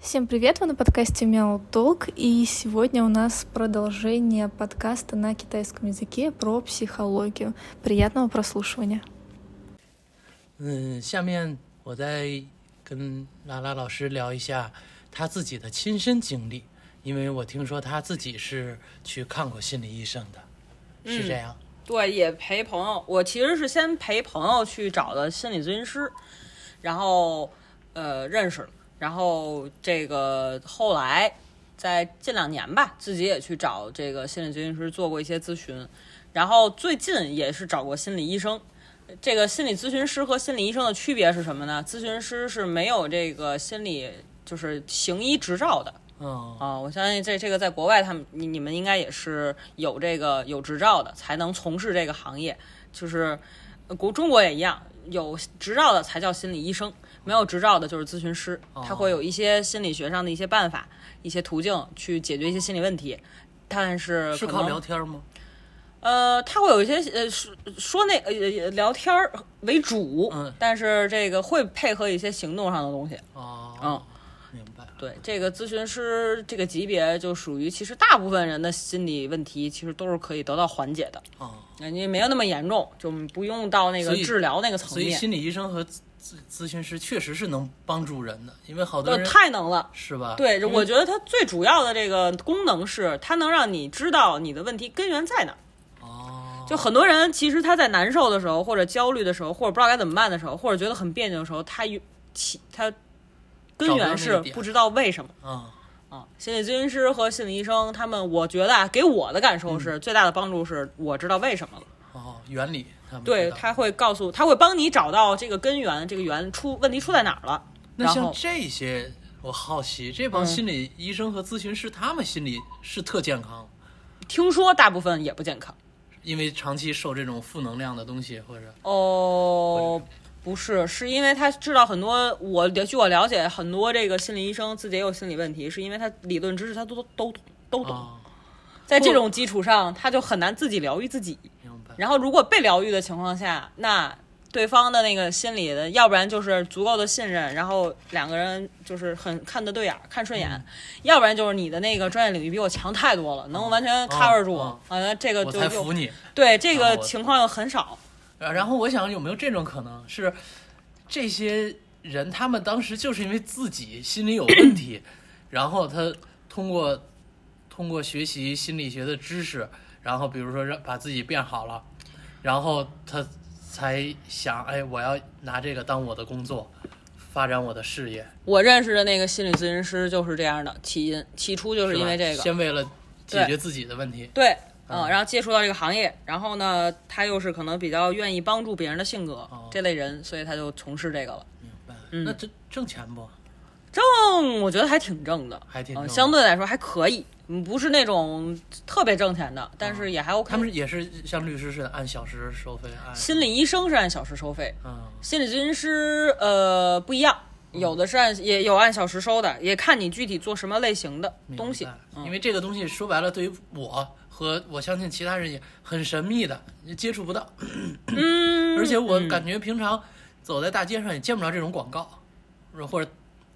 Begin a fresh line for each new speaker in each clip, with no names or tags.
Всем привет! Вы на подкасте Мяу Толк, и сегодня у нас продолжение подкаста на китайском языке про психологию. Приятного прослушивания!
嗯，下面我再跟拉拉老师聊一下他自己的亲身经历，因为我听说他自己是去看过心理医生的，是
嗯
这样。
对，也陪朋友。我其实是先陪朋友去找的心理咨询师，然后呃认识了，然后这个后来在近两年吧，自己也去找这个心理咨询师做过一些咨询，然后最近也是找过心理医生。这个心理咨询师和心理医生的区别是什么呢？咨询师是没有这个心理就是行医执照的，
嗯，
啊、我相信这这个在国外，他们你你们应该也是有这个有执照的，才能从事这个行业。就是呃国中国也一样，有执照的才叫心理医生，没有执照的就是咨询师。
哦
他会有一些心理学上的一些办法、一些途径去解决一些心理问题，但是
是
可
靠
能
聊天吗？
呃，他会有一些呃说说那呃聊天儿为主，
嗯
但是这个会配合一些行动上的东西。
哦
嗯，
明白了。
对，这个咨询师这个级别就属于，其实大部分人的心理问题其实都是可以得到缓解的，
哦，
感觉没有那么严重，就不用到那
所
个
以
治疗那个层
所以
面。
心理医生和咨咨咨询师确实是能帮助人的，因为好多
呃，
人嗯
太能了。
是吧？
对，我觉得它最主要的这个功能是，它能让你知道你的问题根源在哪儿。
哦，
就很多人其实他在难受的时候，或者焦虑的时候，或者不知道该怎么办的时候，或者觉得很别扭的时候，他有其他
找
根
不到那
源
个
是
点
不知道为什么。
嗯
啊，心理咨询师和心理医生，他们我觉得啊，给我的感受是、最大的帮助是，我知道为什么了。
哦，原理他们
对，
知道
他会告诉，他会帮你找到这个根源，这个源出问题出在哪儿了。
那
然
像
后
这些，我好奇这帮
嗯
心理医生和咨询师，他们心理是特健康吗。
听说大部分也不健康
因为长期受这种负能量的东西，或者
哦，不是，是因为他知道很多，我据我了解，很多这个心理医生自己也有心理问题，是因为他理论知识他都都都懂都懂，
啊，
在这种基础上，他就很难自己疗愈自己。
明白。
然后如果被疗愈的情况下，那对方的那个心理的，要不然就是足够的信任，然后两个人就是很看得对眼儿、看顺眼；
嗯
要不然就是你的那个专业领域比我强太多了，能完全 cover 住我。
哦
啊，那这个
啊我
就
才服
就
你。
对这
啊
个
我
情况又很少。
呃然后我想有没有这种可能是，这些人他们当时就是因为自己心里有问 题，然后他通过通过学习心理学的知识，然后比如说让把自己变好了，然后他才想，哎，我要拿这个当我的工作，发展我的事业，
我认识的那个心理咨询师就是这样的起因，起初就是是因
吧
为这个。
先为了解
对
决自己的问题，
对，
啊
嗯，然后接触到这个行业，然后呢，他又是可能比较愿意帮助别人的性格、
哦
这类人，所以他就从事这个了。
明白？
嗯
那挣挣钱不？
正，我觉得还挺正的，
还挺
嗯
正的
相对来说还可以，嗯不是那种特别挣钱的，但是也还 OK。
啊他们也是像律师似的按小时收费，按
心理医生是按小时收费，
嗯
心理咨询师呃不一样，有的是按也有按小时收的，也看你具体做什么类型的
明白
东西。嗯
因为这个东西说白了，对于我和我相信其他人也很神秘的，你接触不到。嗯，而且我感觉平常走在大街上也见不着这种广告，或者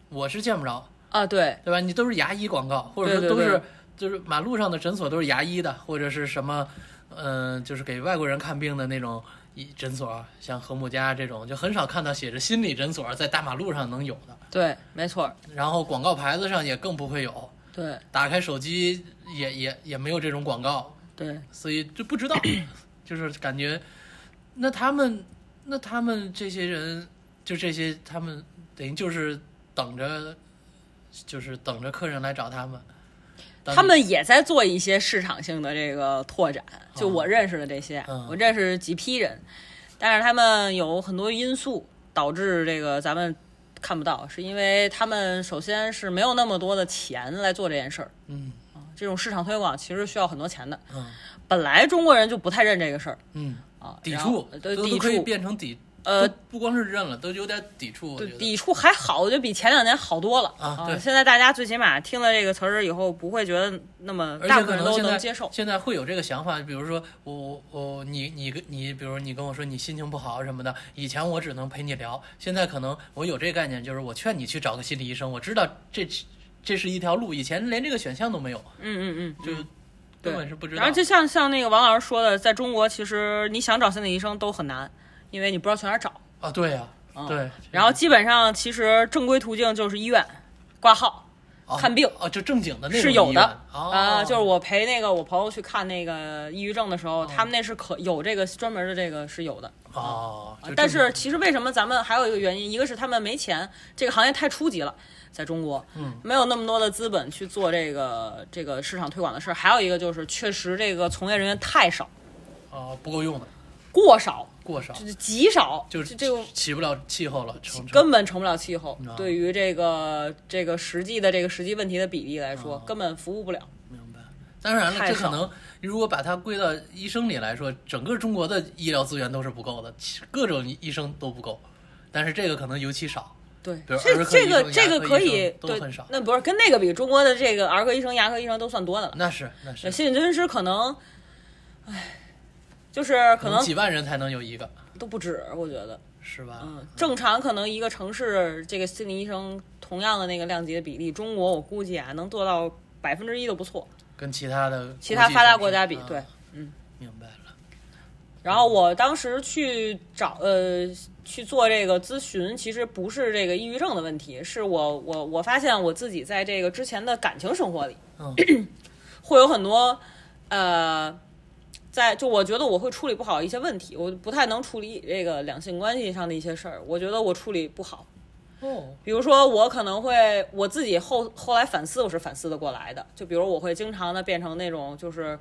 我是见不着，
啊，对，
对吧？你都是牙医广告，或者说
对对
都是
对
就是马路上的诊所都是牙医的，或者是什么，嗯、就是给外国人看病的那种医诊所，像和睦家这种，就很少看到写着心理诊所在大马路上能有的。
对，没错，
然后广告牌子上也更不会有，
对
打开手机也也也没有这种广告，
对。
所以就不知 道，就是感觉，那他们那他们这些人就这些他们等于就是等着，就是等着客人来找他们，当你
他们也在做一些市场性的这个拓展。就我认识的这些，
嗯
我认识几批人，但是他们有很多因素导致这个咱们看不到，是因为他们首先是没有那么多的钱来做这件事儿。
嗯
这种市场推广其实需要很多钱的，
嗯
本来中国人就不太认这个事儿
嗯
啊，
抵
然
触
后，对
都
抵
都可以
触，
变成抵
呃，
不不光是认了，都有点抵触。我
对
觉得
抵触还好，我觉得比前两年好多了
啊对
现在大家最起码听了这个词儿以后，不会觉得那么
而
大
且
部
可
分人
能
都
现在
能接受。
现在会有这个想法，比如说我我我你你跟你，比如你跟我说你心情不好什么的，以前我只能陪你聊，现在可能我有这概念，就是我劝你去找个心理医生，我知道这这是一条路，以前连这个选项都没有，
嗯嗯嗯，
就
对
根本是不知道。
然后就像像那个王老师说的，在中国其实你想找心理医生都很难，因为你不知道去哪儿找。
啊，对呀、
嗯
对。
然后基本上其实正规途径就是医院挂号
后
看病
哦，就正经的那种
是有
医院
的啊、
哦
就是我陪那个我朋友去看那个抑郁症的时候，他们那是可有这个专门的这个是有的。
哦，就
但
正经
是其实为什么咱们还有一个原因，一个是他们没钱，这个行业太初级了，在中国，
嗯，
没有那么多的资本去做这个这个市场推广的事儿。还有一个就是，确实这个从业人员太少，
哦不够用的，
过少，
过少
就是极少，
啊就是
这这个
起不了气候了，成
根本成不了气候
啊。
对于这个这个实际的这个实际问题的比例来说
啊，
根本服务不了。
明白。当然了，
太
这可
少
能如果把它归到医生里来说，整个中国的医疗资源都是不够的，其各种医生都不够。但是这个可能尤其少，
对，
比如
这
儿科
这
医
个
生
这
牙
个
科
可
医
以
生都
对
很少，
那不是跟那个比，中国的这个儿科医生、牙科医生都算多的了。
那是那是，
心理咨询师可能，唉，就是可能
几万人才能有一个，
都不止，我觉得，
是吧？
嗯，正常可能一个城市这个心理医生同样的那个量级的比例，中国我估计啊能做到百分之一都不错。
跟其他的
其他发达国
国际
家
城
比
市啊
对嗯，
明白了。
然后我当时去找呃去做这个咨询，其实不是这个抑郁症的问题，是我我我发现我自己在这个之前的感情生活里，
嗯
会有很多呃，在就我觉得我会处理不好一些问题，我不太能处理这个两性关系上的一些事儿，我觉得我处理不好。
哦，
比如说，我可能会我自己后后来反思，我是反思的过来的。就比如我会经常的变成那种就是，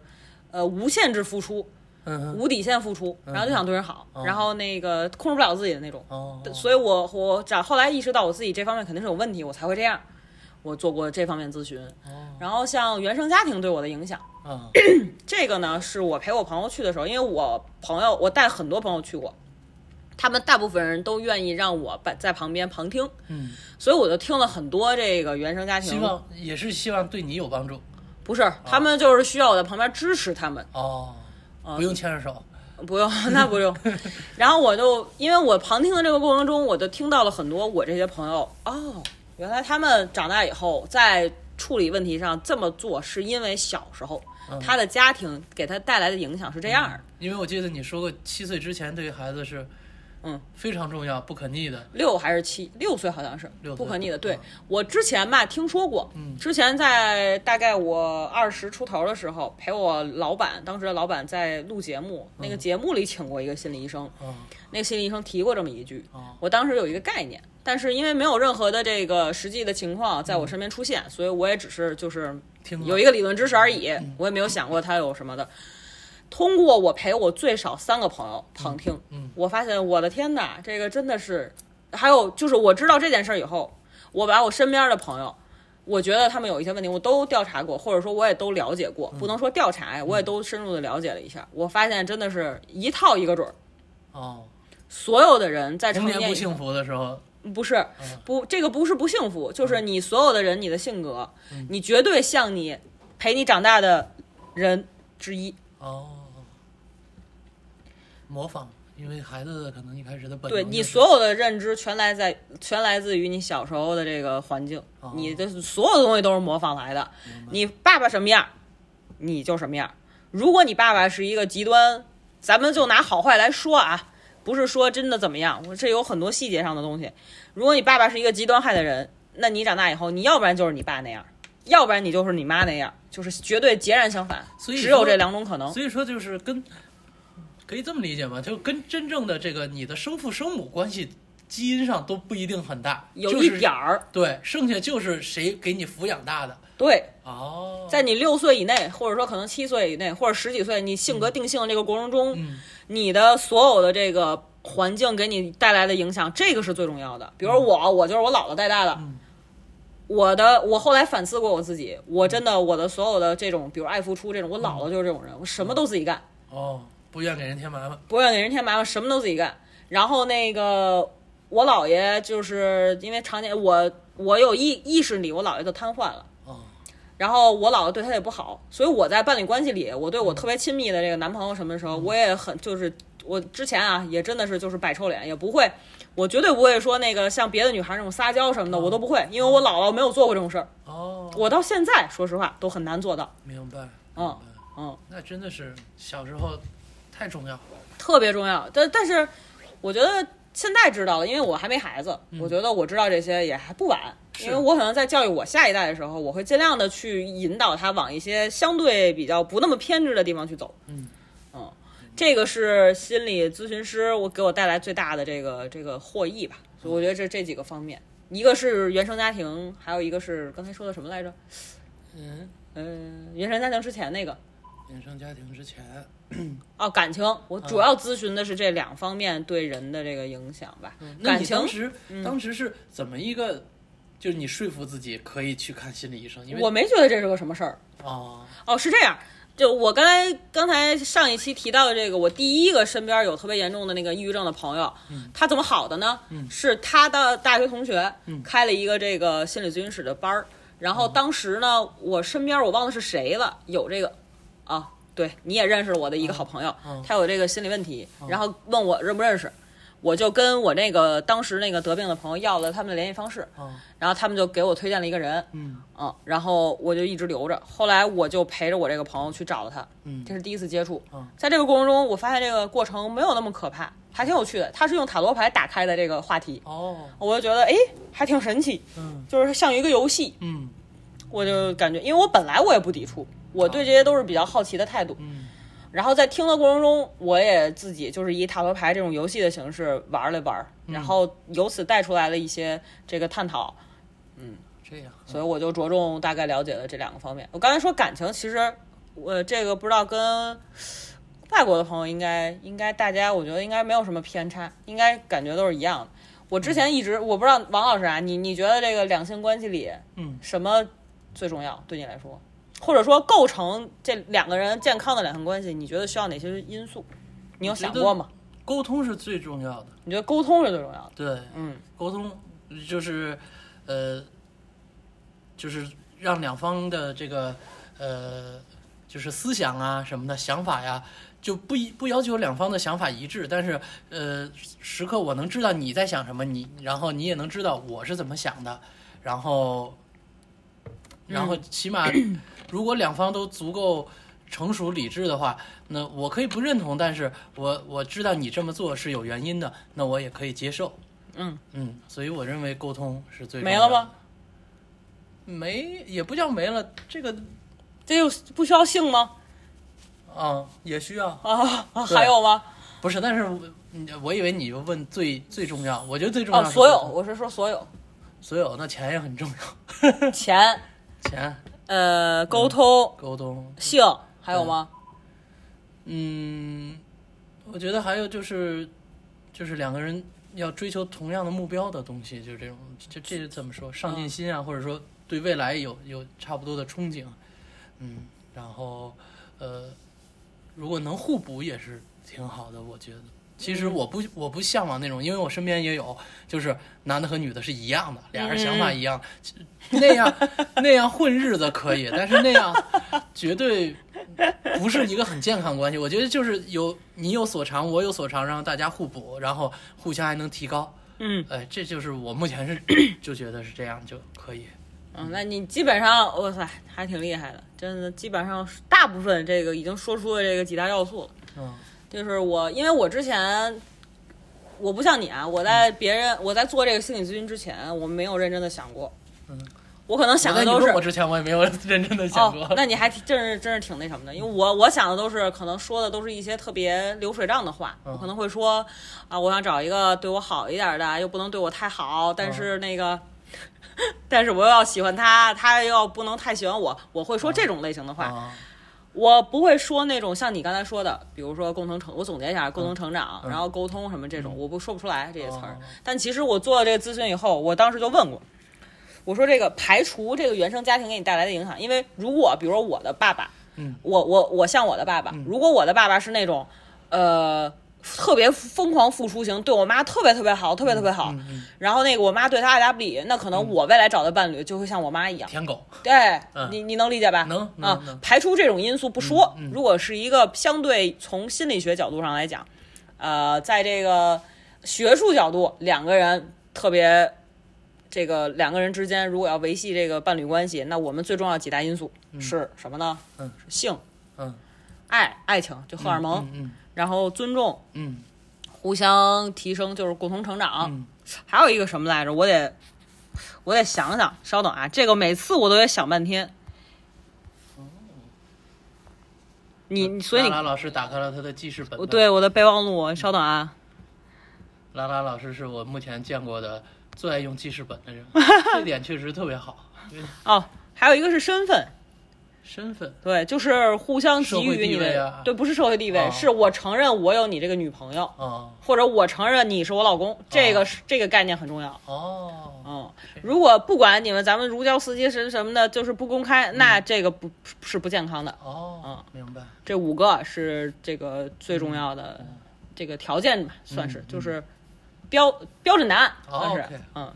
呃，无限制付出，
嗯哼
无底线付出，然后就想对人好，
嗯
然后那个控制不了自己的那种。
哦，
所以我我长后来意识到我自己这方面肯定是有问题，我才会这样。我做过这方面咨询，
哦
然后像原生家庭对我的影响，
嗯
这个呢是我陪我朋友去的时候，因为我朋友我带很多朋友去过，他们大部分人都愿意让我在在旁边旁听，
嗯，
所以我就听了很多这个原生家
希
庭，
望啊也是希望对你有帮助
不是他们就是需要我在旁边支持他们，
哦，
嗯
不用牵着手，
不用 那 不用。然后我就因为我旁听的这个过程中，我就听到了很多我这些朋友哦，原来他们长大以后在处理问题上这么做，是因为小时候
嗯
他的家庭给他带来的影响是这样的。
因为我记得你说过，七岁之前对于孩子是
嗯
非常重要、不可逆的。
六还是七？六岁好像是
六岁
不可逆的。对
嗯
我之前吧听说过，
嗯
之前在大概我二十出头的时候，陪我老板，当时的老板在录节目，那个节目里请过一个心理医生，
嗯
那个心理医生提过这么一句
哦，
我当时有一个概念，但是因为没有任何的这个实际的情况在我身边出现，所以我也只是就是
嗯听嗯过
有一个理论知识而已，我也没有想过它有什么的。通过我陪我最少三个朋友旁听，
嗯
我发现我的天哪，这个真的是，还有就是我知道这件事儿以后，我把我身边的朋友，我觉得他们有一些问题，我都调查过，或者说我也都了解
嗯
过，不能说调查呀，我也都深入的了解了一下，我发现真的是一套一个准儿，
哦，
所有的人在成
成
年
年不
以后
幸嗯福的时候，
不是不，这个不是不幸福，
嗯
就是你所有的人，你的性格，你绝对像你陪你长大的人之一。
哦，模仿，因为孩子可能一开始的本能
对
就是
你所有的认知全来在全来自于你小时候的这个环境，
哦
你的所有的东西都是模仿来的。你爸爸什么样，你就什么样。如果你爸爸是一个极端，咱们就拿好坏来说啊，不是说真的怎么样，我这有很多细节上的东西。如果你爸爸是一个极端害的人，那你长大以后，你要不然就是你爸那样，要不然你就是你妈那样，就是绝对截然相反，
所以
只有
说
这两种可能。
所以说就是跟可以这么理解吗？就跟真正的这个你的生父生母关系基因上都不一定很大，
有
就
一
是
点儿，
对，剩下就是谁给你抚养大的
对，
哦，
在你六岁以内，或者说可能七岁以内，或者十几岁，你性格定性的这个过程中，
嗯
你的所有的这个环境给你带来的影响，这个是最重要的。比如我，我就是我姥姥带大的。
嗯
我的，我后来反思过我自己，我真的我的所有的这种，比如爱付出这种，我
嗯
姥姥就是这种人，我什么都自己干，
哦，不愿给人添麻烦，
不愿给人添麻烦，什么都自己干。然后那个我姥爷就是因为常年我我有意意识里，我姥爷就瘫痪了。
哦，
然后我姥姥对他也不好，所以我在伴侣关系里，我对我特别亲密的这个男朋友什么的时候，我也很就是我之前啊，也真的是就是摆臭脸，也不会，我绝对不会说那个像别的女孩那种撒娇什么的，我都不会，因为我姥姥没有做过这种事儿，
哦，
我到现在说实话都很难做到，
明白。
嗯
明白
嗯，
那真的是小时候太重要了。
特别重要。但但是我觉得现在知道了，因为我还没孩子，我觉得我知道这些也还不晚。
嗯是
因为我可能在教育我下一代的时候，我会尽量的去引导他往一些相对比较不那么偏执的地方去走。
嗯
嗯这个是心理咨询师我给我带来最大的这个这个获益吧。所以我觉得这这几个方面，一个是原生家庭，还有一个是刚才说的什么来着？
嗯，
嗯、原生家庭之前那个
原生家庭之前，
哦，感情。我
嗯
主要咨询的是这两方面对人的这个影响吧。
嗯那
感
你
情嗯
当时当时是怎么一个？就是你说服自己可以去看心理医生，因为
我没觉得这是个什么事儿。
哦，
哦，是这样，就我刚才刚才上一期提到的这个，我第一个身边有特别严重的那个抑郁症的朋友，他怎么好的呢？是他的大学同学开了一个这个心理咨询室的班儿，然后当时呢，我身边我忘了是谁了，有这个啊，对，你也认识我的一个好朋友，他有这个心理问题，然后问我认不认识。我就跟我那个当时那个得病的朋友要了他们的联系方式，
哦，
然后他们就给我推荐了一个人，
嗯
嗯，然后我就一直留着。后来我就陪着我这个朋友去找了他，
嗯
这是第一次接触
嗯。
在这个过程中，我发现这个过程没有那么可怕，还挺有趣的。他是用塔罗牌打开的这个话题，
哦，
我就觉得哎，还挺神奇，
嗯
就是像一个游戏。
嗯
我就感觉，因为我本来我也不抵触，我对这些都是比较好奇的态度。
嗯，
然后在听的过程中，我也自己就是以塔罗牌这种游戏的形式玩了玩，
嗯
然后由此带出来了一些这个探讨。
这样，
所以我就着重大概了解了这两个方面。我刚才说感情，其实我这个不知道跟外国的朋友应该应该大家，我觉得应该没有什么偏差，应该感觉都是一样的。我之前一直我不知道王老师啊，你你觉得这个两性关系里，
嗯，
什么最重要？对你来说，或者说构成这两个人健康的两性关系，你觉得需要哪些因素？你有
我觉
想
得
过吗？
沟通是最重要的。
你觉得沟通是最重要的？
对，
嗯，
沟通就是，呃，就是让两方的这个呃，就是思想啊什么的想法呀，就不一不要求两方的想法一致，但是呃，时刻我能知道你在想什么，你然后你也能知道我是怎么想的，然后，
嗯
然后起码如果两方都足够。成熟理智的话，那我可以不认同，但是我我知道你这么做是有原因的，那我也可以接受。嗯，所以我认为沟通是最重
没
要
了
的
吗？？
没，也不叫没了，这个
这就不需要性吗？
啊、也需要，
啊， 啊
对
还有吗？
不是，但是我你我以为你就问最最重要，我觉得最重要
啊，
是、
所有，我是说所有。
所有，那钱也很重要，
钱，
钱
呃，沟通、
沟通，
性，还有吗？
嗯，我觉得还有就是就是两个人要追求同样的目标的东西，就是这种，这这怎么说，上进心啊，或者说对未来有有差不多的憧憬，嗯，然后呃，如果能互补也是挺好的，我觉得。其实我不我不向往那种，因为我身边也有，就是男的和女的是一样的，俩人想法一样，那样那样混日子可以，但是那样绝对 不是一个很健康关系。我觉得就是有你有所长，我有所长，让大家互补，然后互相还能提高。
嗯
哎，这就是我目前是就觉得是这样就可以。
嗯，那你基本上，哇塞，还挺厉害的，真的，基本上大部分这个已经说出了这个几大要素了。
嗯
就是我，因为我之前，我不像你啊，我在别人我在做这个心理咨询之前，我没有认真的想过，
嗯，
我可能
我
想
在
的
你
都是
问我之前，我也没有认真的想过。
哦， 那你还挺真是真是挺那什么的，因为我我想的都是可能说的都是一些特别流水账的话，我可能会说啊，我想找一个对我好一点的，又不能对我太好，但是那个。 但是我又要喜欢他，他又要不能太喜欢我，我会说这种类型的话。
啊，
我不会说那种像你刚才说的，比如说共同成，我总结一下，共同成长，然后沟通什么这种，我不说不出来这些词儿。
嗯哦
但其实我做了这个咨询以后，我当时就问过，我说这个排除这个原生家庭给你带来的影响，因为如果比如说我的爸爸，
嗯
我我我像我的爸爸，如果我的爸爸是那种，呃。特别疯狂付出型，对我妈特别特别好，特
嗯
别特别好。然后那个我妈对她爱答不理，那可能我未来找的伴侣就会像我妈一样。
舔狗，
对，
嗯
哎你你能理解吧？
能能
啊、
能嗯
排除这种因素不说，如果是一个相对从心理学角度上来讲，呃，在这个学术角度，两个人特别这个两个人之间，如果要维系这个伴侣关系，那我们最重要几大因素是什么呢？
嗯，
性、
嗯，
爱、爱情就荷尔蒙，
嗯
然后尊重、
嗯
互相提升，就是共同成长。
嗯
还有一个什么来着？我得我得想想，稍等啊，这个每次我都得想半天。你你
嗯，
所以
拉拉
你
老师打开了他的记事本
我
本。
对我的备忘录，稍等啊，
拉拉老师是我目前见过的最爱用记事本 的人，这点确实特别好。因为
哦，还有一个是身份，
身份，
对，就是互相
社
给
会
予
地
你
位
的，
啊
对，不是社会地位，
哦
是我承认我有你这个女朋友，
哦
或者我承认你是我老公，这个是、这个概念很重要。
哦，
嗯，如果不管你们咱们如胶似漆什什么的，就是不公
嗯
开，那这个不是不健康的。
哦，明白。
这五个是这个最重要
嗯
的这个条件吧，算是就是标标准答案，
哦
算是
OK，
嗯。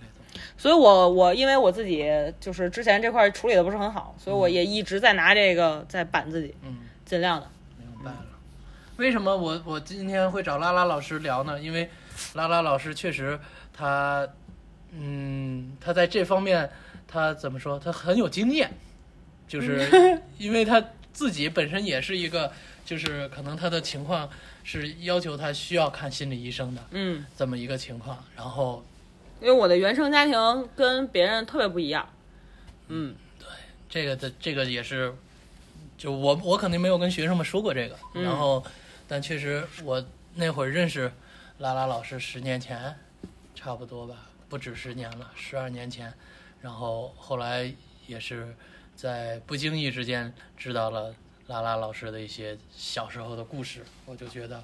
所以我我因为我自己就是之前这块处理的不是很好，所以我也一直在拿这个在板自己，
嗯，
尽量的。
明白了。为什么我我今天会找拉拉老师聊呢？因为拉拉老师确实他，嗯，他在这方面他怎么说？他很有经验，就是因为他自己本身也是一个，就是可能他的情况是要求他需要看心理医生的
嗯，
这么一个情况，然后
因为我的原生家庭跟别人特别不一样。嗯，
这个的这个也是，就我我肯定没有跟学生们说过这个，
嗯
然后但确实我那会儿认识拉拉老师十年前，差不多吧，不止十年了，十二年前，然后后来也是在不经意之间知道了拉拉老师的一些小时候的故事，我就觉得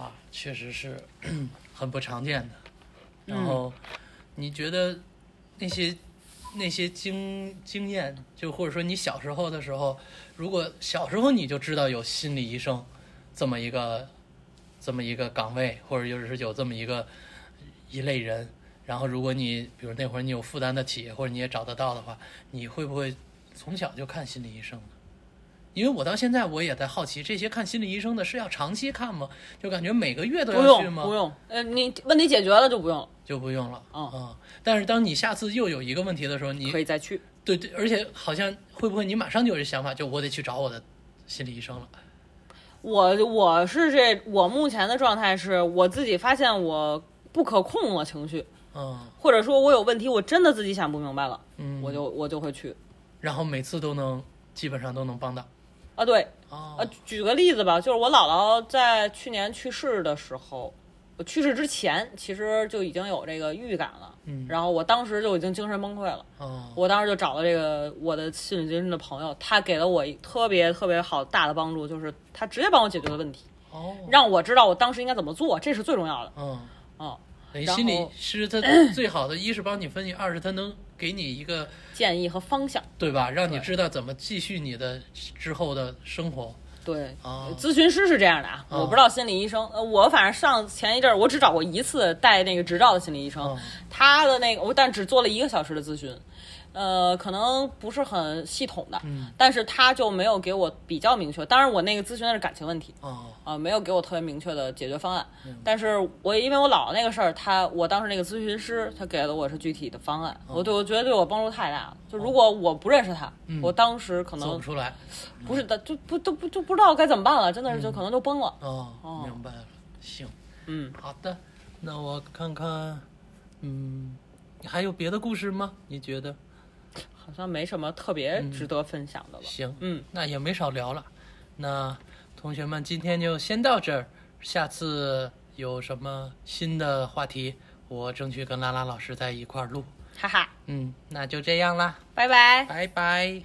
哇，确实是 很不常见的。然后你觉得那些那些经经验，就或者说你小时候的时候，如果小时候你就知道有心理医生这么一个这么一个岗位，或者就是有这么一个一类人，然后如果你比如那会儿你有负担得起，或者你也找得到的话，你会不会从小就看心理医生呢？因为我到现在我也在好奇，这些看心理医生的是要长期看吗？就感觉每个月都
不
要去
用
吗？
不用，呃，你问题解决了就不用了，
就不用了。
嗯
嗯，但是当你下次又有一个问题的时候，你
可以再去。
对对，而且好像会不会你马上就有这想法，就我得去找我的心理医生了。
我我是这，我目前的状态是我自己发现我不可控了情绪，
嗯
或者说我有问题，我真的自己想不明白了，
嗯，
我就我就会去
然后每次都能基本上都能帮到。
啊。对，啊，
哦，
举个例子吧，就是我姥姥在去年去世的时候，我去世之前其实就已经有这个预感了，
嗯
然后我当时就已经精神崩溃了。
哦，
我当时就找了这个我的心理咨询的朋友，他给了我一特别特别好大的帮助，就是他直接帮我解决了问题，
哦，
让我知道我当时应该怎么做，这是最重要的。
嗯，
嗯，
等于
然后
心理师他最好的一是帮你分析，二是他能给你一个
建议和方向。
对吧，让你
对
知道怎么继续你的之后的生活。
对，
哦
咨询师是这样的啊，
哦
我不知道心理医生。呃，我反正上前一阵儿，我只找过一次带那个执照的心理医生，
哦
他的那个我但只做了一个小时的咨询，呃，可能不是很系统的，
嗯
但是他就没有给我比较明确。当然，我那个咨询的是感情问题
哦，
啊、没有给我特别明确的解决方案。但是我因为我姥姥那个事儿，他我当时那个咨询师他给了我是具体的方案，我对我觉得对我帮助太大了。就如果我不认识他，我当时可
走
能
不出来。
不是的，就不都不就不知道该怎么办了，真的是就可能就崩了。
哦
哦，
明白了，行。
嗯，
好的，那我看看，嗯，还有别的故事吗？你觉得？
好像没什么特别值得分享的了。
行，
嗯，
那也没少聊了。那同学们，今天就先到这儿，下次有什么新的话题，我争取跟拉拉老师在一块儿录。
哈哈，
嗯，那就这样啦，
拜拜。
拜拜。